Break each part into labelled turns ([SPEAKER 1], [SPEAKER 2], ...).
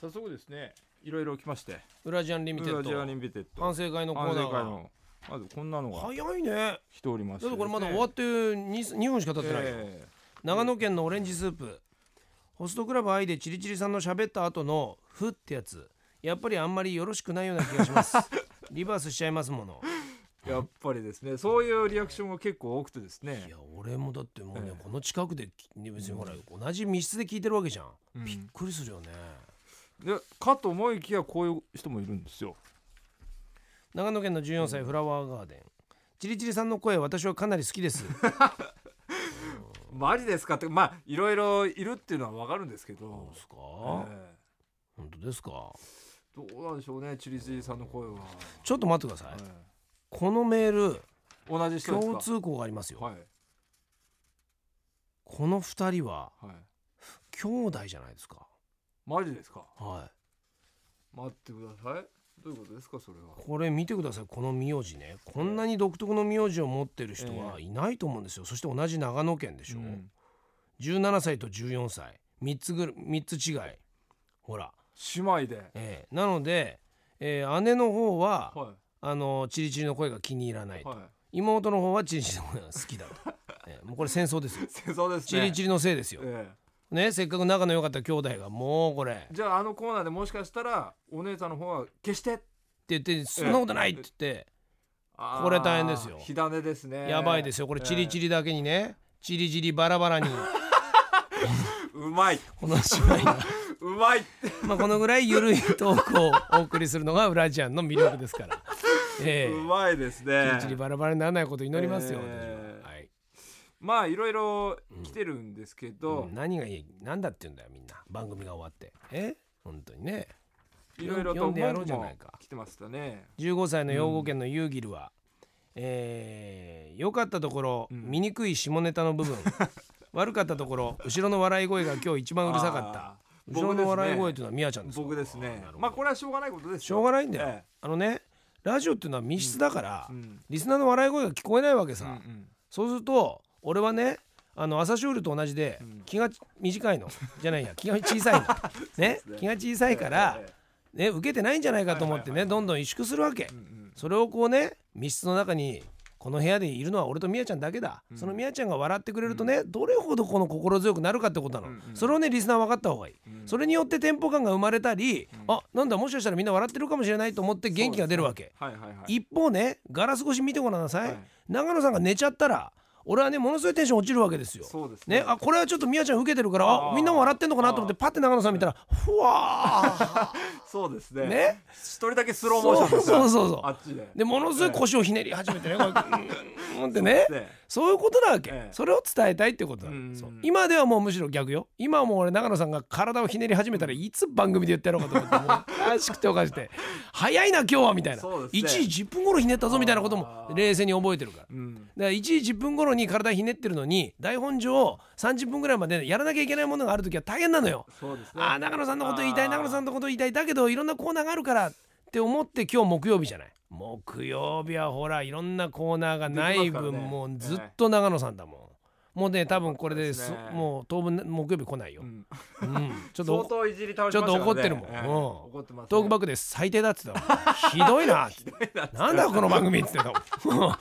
[SPEAKER 1] 早速ですねいろいろ来まして
[SPEAKER 2] ウラジアンリ
[SPEAKER 1] ウ
[SPEAKER 2] ミテ
[SPEAKER 1] ラ
[SPEAKER 2] ッ
[SPEAKER 1] ジアリ
[SPEAKER 2] ド
[SPEAKER 1] ンビテッド
[SPEAKER 2] 反省会のコー
[SPEAKER 1] 反
[SPEAKER 2] ナ
[SPEAKER 1] 省
[SPEAKER 2] ー
[SPEAKER 1] 会
[SPEAKER 2] が
[SPEAKER 1] のまずこんなのが
[SPEAKER 2] 早いね
[SPEAKER 1] 来ておりまして
[SPEAKER 2] だってこれまだ終わって2分しか経ってないよ、
[SPEAKER 1] え
[SPEAKER 2] 長野県のオレンジスープホストクラブ愛でチリチリさんの喋った後の「ふ」ってやつやっぱりあんまりよろしくないような気が しますリバースしちゃいますもの
[SPEAKER 1] えやっぱりですねそういうリアクションが結構多くてです
[SPEAKER 2] い
[SPEAKER 1] ね
[SPEAKER 2] や俺もだってもうね、
[SPEAKER 1] ええ
[SPEAKER 2] この近くでね別にほら同じ密室で聞いてるわけじゃん、
[SPEAKER 1] うん
[SPEAKER 2] びっくりするよね
[SPEAKER 1] でかと思いきやこういう人もいるんですよ
[SPEAKER 2] 長野県の14歳フラワーガーデン、チリチリさんの声私はかなり好きです
[SPEAKER 1] マジですかってまあいろいろいるっていうのはわかるんですけ
[SPEAKER 2] どう
[SPEAKER 1] ど
[SPEAKER 2] ですか、
[SPEAKER 1] え
[SPEAKER 2] 本当ですか
[SPEAKER 1] えどうなんでしょうねチリチリさんの声は、
[SPEAKER 2] ちょっと待ってください、
[SPEAKER 1] え
[SPEAKER 2] このメール
[SPEAKER 1] え同じ人ですか
[SPEAKER 2] 共通項がありますよ、
[SPEAKER 1] はい
[SPEAKER 2] この二人は
[SPEAKER 1] はい
[SPEAKER 2] 兄弟じゃないですか
[SPEAKER 1] マジですか
[SPEAKER 2] はい
[SPEAKER 1] 待ってくださいどういうことですかそれは
[SPEAKER 2] これ見てくださいこの名字ねこんなに独特の名字を持ってる人はいないと思うんですよ、そして同じ長野県でしょ、
[SPEAKER 1] うん
[SPEAKER 2] 17歳と14歳3つぐる三つ違いほら、
[SPEAKER 1] 姉妹で
[SPEAKER 2] ええなので、ええ姉の方は、
[SPEAKER 1] は
[SPEAKER 2] あのチリチリの声が気に入らない
[SPEAKER 1] い
[SPEAKER 2] と、
[SPEAKER 1] はい
[SPEAKER 2] 妹の方はチリチリの声が好きだと、ええもうこれ戦争ですよ
[SPEAKER 1] 戦争です
[SPEAKER 2] チ
[SPEAKER 1] ね
[SPEAKER 2] リチリのせいですよ、
[SPEAKER 1] ええ
[SPEAKER 2] ねせっかく仲の良かった兄弟がもうこれって
[SPEAKER 1] じゃああのコーナーでもしかしたらお姉さんの方は消して
[SPEAKER 2] 言ってそんなことないって言って、
[SPEAKER 1] あー
[SPEAKER 2] これ大変ですよ
[SPEAKER 1] 火種ですね
[SPEAKER 2] やばいですよこれチリチ
[SPEAKER 1] リ、
[SPEAKER 2] リだけにねチリチリバラバ ラに。
[SPEAKER 1] ええうまい
[SPEAKER 2] この芝居が
[SPEAKER 1] うまい
[SPEAKER 2] まあこのぐらいゆるいトークをお送りするのがウラジアンの魅力ですから。え
[SPEAKER 1] う
[SPEAKER 2] え
[SPEAKER 1] まいですね
[SPEAKER 2] きっちりバラバラにならないことを祈りますよ。
[SPEAKER 1] ええ
[SPEAKER 2] 私ははい
[SPEAKER 1] まあいろいろ来てるんですけど、
[SPEAKER 2] うん何がいい何だって言うんだよみんな番組が終わって。え本当にね。
[SPEAKER 1] いろいろ
[SPEAKER 2] 読
[SPEAKER 1] と
[SPEAKER 2] んでや
[SPEAKER 1] 文
[SPEAKER 2] ろう
[SPEAKER 1] 句
[SPEAKER 2] じゃない
[SPEAKER 1] も
[SPEAKER 2] か
[SPEAKER 1] 来てましたね
[SPEAKER 2] 15歳の養護県のユーギルは、えー良かったところ、
[SPEAKER 1] うん
[SPEAKER 2] 醜い下ネタの 部分悪かったところ後ろの笑い声が今日一番うるさかった
[SPEAKER 1] あ。ー
[SPEAKER 2] 後ろの笑い声
[SPEAKER 1] 僕
[SPEAKER 2] と
[SPEAKER 1] ですね
[SPEAKER 2] いうのはミヤちゃんですか
[SPEAKER 1] 僕ですね
[SPEAKER 2] あーなるほど
[SPEAKER 1] まあこれはしょうがないことですよ
[SPEAKER 2] しょうがないんだよ、
[SPEAKER 1] え
[SPEAKER 2] あのねラジオっていうのは密室だから、
[SPEAKER 1] えうん
[SPEAKER 2] リスナーの笑い声が聞こえないわけさ、
[SPEAKER 1] うんうん
[SPEAKER 2] そうすると俺はねあの朝青龍と同じで
[SPEAKER 1] うん
[SPEAKER 2] 気が短いの、じゃないや気が 小さいの、ね
[SPEAKER 1] すね
[SPEAKER 2] 気が小さいから
[SPEAKER 1] え、え
[SPEAKER 2] ね、受けてないんじゃないかと思ってね、
[SPEAKER 1] はいはいはい
[SPEAKER 2] どんどん萎縮するわけ、
[SPEAKER 1] うんうん
[SPEAKER 2] それをこうね密室の中にこの部屋でいるのは俺とミヤちゃんだけだ、
[SPEAKER 1] うん
[SPEAKER 2] そのミヤちゃんが笑ってくれるとね、どれほどこの心強くなるかってことなの、
[SPEAKER 1] うんうん
[SPEAKER 2] それをねリスナー分かった方がいい、
[SPEAKER 1] うん
[SPEAKER 2] それによってテンポ感が生まれたり、あなんだもしかしたらみんな笑ってるかもしれないと思って元気が出るわけ、
[SPEAKER 1] はいはいはい
[SPEAKER 2] 一方ねガラス越し見てごらんなさい、
[SPEAKER 1] はい
[SPEAKER 2] 長野さんが寝ちゃったら俺はねものすごいテンション落ちるわけですよ
[SPEAKER 1] そうですね
[SPEAKER 2] ね、あこれはちょっとミヤちゃん受けてるからあ
[SPEAKER 1] あー
[SPEAKER 2] みんなも笑ってんのかなと思ってパッて長野さん見たらふわ ー
[SPEAKER 1] そうですね
[SPEAKER 2] ね
[SPEAKER 1] 一人だけスローモーションですよ
[SPEAKER 2] そうそうそうそう
[SPEAKER 1] あっちで
[SPEAKER 2] でものすごい腰をひねり始めてねこううんうんってね
[SPEAKER 1] で
[SPEAKER 2] そういうことなわけ、
[SPEAKER 1] ええ
[SPEAKER 2] それを伝えたいってことな
[SPEAKER 1] うんうんう
[SPEAKER 2] の
[SPEAKER 1] ん
[SPEAKER 2] そう今ではもうむしろ逆よ今はもう俺長野さんが体をひねり始めたらいつ番組で言ってやろうかと思っても うおかしくておかしくて早いな今日はみたいな、
[SPEAKER 1] そうですね
[SPEAKER 2] 1時10分頃ひねったぞみたいなことも
[SPEAKER 1] あー
[SPEAKER 2] 冷静に覚えてるから
[SPEAKER 1] うん
[SPEAKER 2] だから1時10分頃に体ひねってるのに台本上30分ぐらいまでやらなきゃいけないものがある時は大変なのよ。
[SPEAKER 1] そうですね
[SPEAKER 2] あー長野さんのこと言いたい
[SPEAKER 1] あー
[SPEAKER 2] 長野さんのこと言いたいだけどいろんなコーナーがあるからって思って今日木曜日じゃない木曜日はほらいろんなコーナーがな
[SPEAKER 1] で
[SPEAKER 2] い
[SPEAKER 1] きますからね
[SPEAKER 2] 分、もう
[SPEAKER 1] ええ
[SPEAKER 2] ずっと長野さんだもん。もうね多分これです
[SPEAKER 1] そうですね
[SPEAKER 2] もう当分木曜日来ないよ、
[SPEAKER 1] う
[SPEAKER 2] うん
[SPEAKER 1] ん
[SPEAKER 2] ちょっ
[SPEAKER 1] 相
[SPEAKER 2] と
[SPEAKER 1] 当いじり倒しましたからね
[SPEAKER 2] ちょっと怒ってるもん
[SPEAKER 1] ええ
[SPEAKER 2] うん
[SPEAKER 1] 怒ってますね
[SPEAKER 2] トークバックで最低だって言った もんひどいなってなんだこの番組って言ってたもん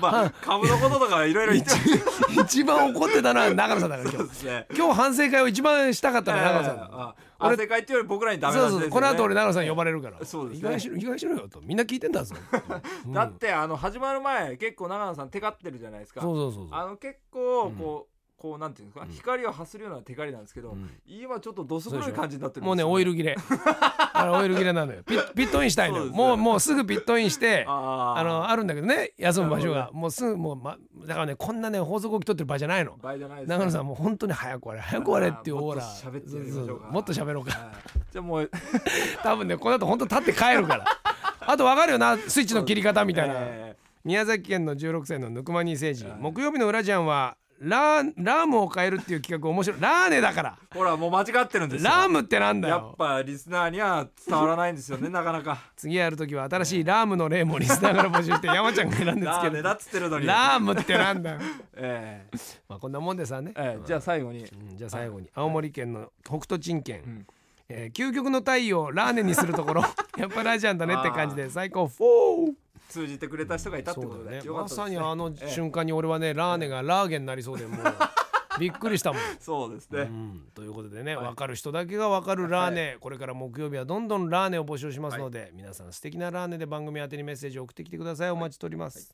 [SPEAKER 1] まあ株のこととかいろいろ言ってます
[SPEAKER 2] 一番怒ってたのは長野さんだから今日
[SPEAKER 1] ね
[SPEAKER 2] 今日反省会を一番したかったのは長野さんだ
[SPEAKER 1] ああ世界っていうより僕らにダメ
[SPEAKER 2] そ
[SPEAKER 1] な
[SPEAKER 2] うんそう
[SPEAKER 1] です
[SPEAKER 2] そう
[SPEAKER 1] よ
[SPEAKER 2] この後俺
[SPEAKER 1] ね
[SPEAKER 2] 長野さん呼ばれるから
[SPEAKER 1] そうですね
[SPEAKER 2] 意外しろ意外しろよとみんな聞いてんだ ぞうん
[SPEAKER 1] だってあの始まる前結構長野さんテカってるじゃないですか
[SPEAKER 2] そうそうそうそう
[SPEAKER 1] あの結構こうこうなんていうんですか光を発するようなテカリなんですけど
[SPEAKER 2] ん
[SPEAKER 1] 今ちょっとどす黒い感じになってる
[SPEAKER 2] もうねオイル 切れあれオイル切れなのよピッピットインしたいのよ
[SPEAKER 1] そうですね
[SPEAKER 2] もうもうすぐピットインしてあ
[SPEAKER 1] ああ
[SPEAKER 2] の
[SPEAKER 1] の
[SPEAKER 2] あるんだけどね休む場所
[SPEAKER 1] なる
[SPEAKER 2] がもうすぐもう、ま、だからねこんなね放送を切っとってる場合じゃないの
[SPEAKER 1] 倍じゃないですね
[SPEAKER 2] 長野さんもう本当に早く終われ早く終われっていうオー
[SPEAKER 1] も
[SPEAKER 2] ラ
[SPEAKER 1] っと喋ってやりましょうか
[SPEAKER 2] そうそうもっと喋ろうか
[SPEAKER 1] はいじゃあもう
[SPEAKER 2] 多分ねこの後本当立って帰るからあと分かるよなスイッチの切り方みたいな、
[SPEAKER 1] え
[SPEAKER 2] 宮崎県の16歳のぬくまに誠治、木曜日の裏ジャンはラーラームを変えるっていう企画面白いラーネだから
[SPEAKER 1] ーほらもう間違ってるんですよ
[SPEAKER 2] ラームってなんだ
[SPEAKER 1] やっ
[SPEAKER 2] よ
[SPEAKER 1] ぱリスナーには伝わらないんですよ ねなかなか
[SPEAKER 2] 次やる時は新しいラームの例もリスナーから募集して山ちゃんが選んでつ
[SPEAKER 1] ラ
[SPEAKER 2] け
[SPEAKER 1] ーメ
[SPEAKER 2] る
[SPEAKER 1] ンだっつってるのに
[SPEAKER 2] ラームってな んだよ
[SPEAKER 1] ええ
[SPEAKER 2] まあこんなもんでさね、
[SPEAKER 1] ええじゃあ最後に
[SPEAKER 2] うんじゃあ最後に青森県の北斗鎮県、
[SPEAKER 1] ん
[SPEAKER 2] えー究極の太陽をラーメンにするとこ ろやっぱラジャンだねって感じで最高フォー
[SPEAKER 1] 通じてくれた人がいたって
[SPEAKER 2] そ
[SPEAKER 1] こと
[SPEAKER 2] うだ
[SPEAKER 1] で
[SPEAKER 2] ね
[SPEAKER 1] よか
[SPEAKER 2] ま
[SPEAKER 1] った
[SPEAKER 2] さ
[SPEAKER 1] です
[SPEAKER 2] に
[SPEAKER 1] ね
[SPEAKER 2] あの
[SPEAKER 1] ええ
[SPEAKER 2] 瞬間に俺はねラーネがラーゲンになりそう でもうびっくりしたもん。
[SPEAKER 1] そうですね、
[SPEAKER 2] うんということでね、
[SPEAKER 1] はい
[SPEAKER 2] 分かる人だけが分かるラーネ、これから木曜日はどんどんラーネを募集しますので、皆さん素敵なラーネで番組宛てにメッセージを送ってきてくださいお待ちしております、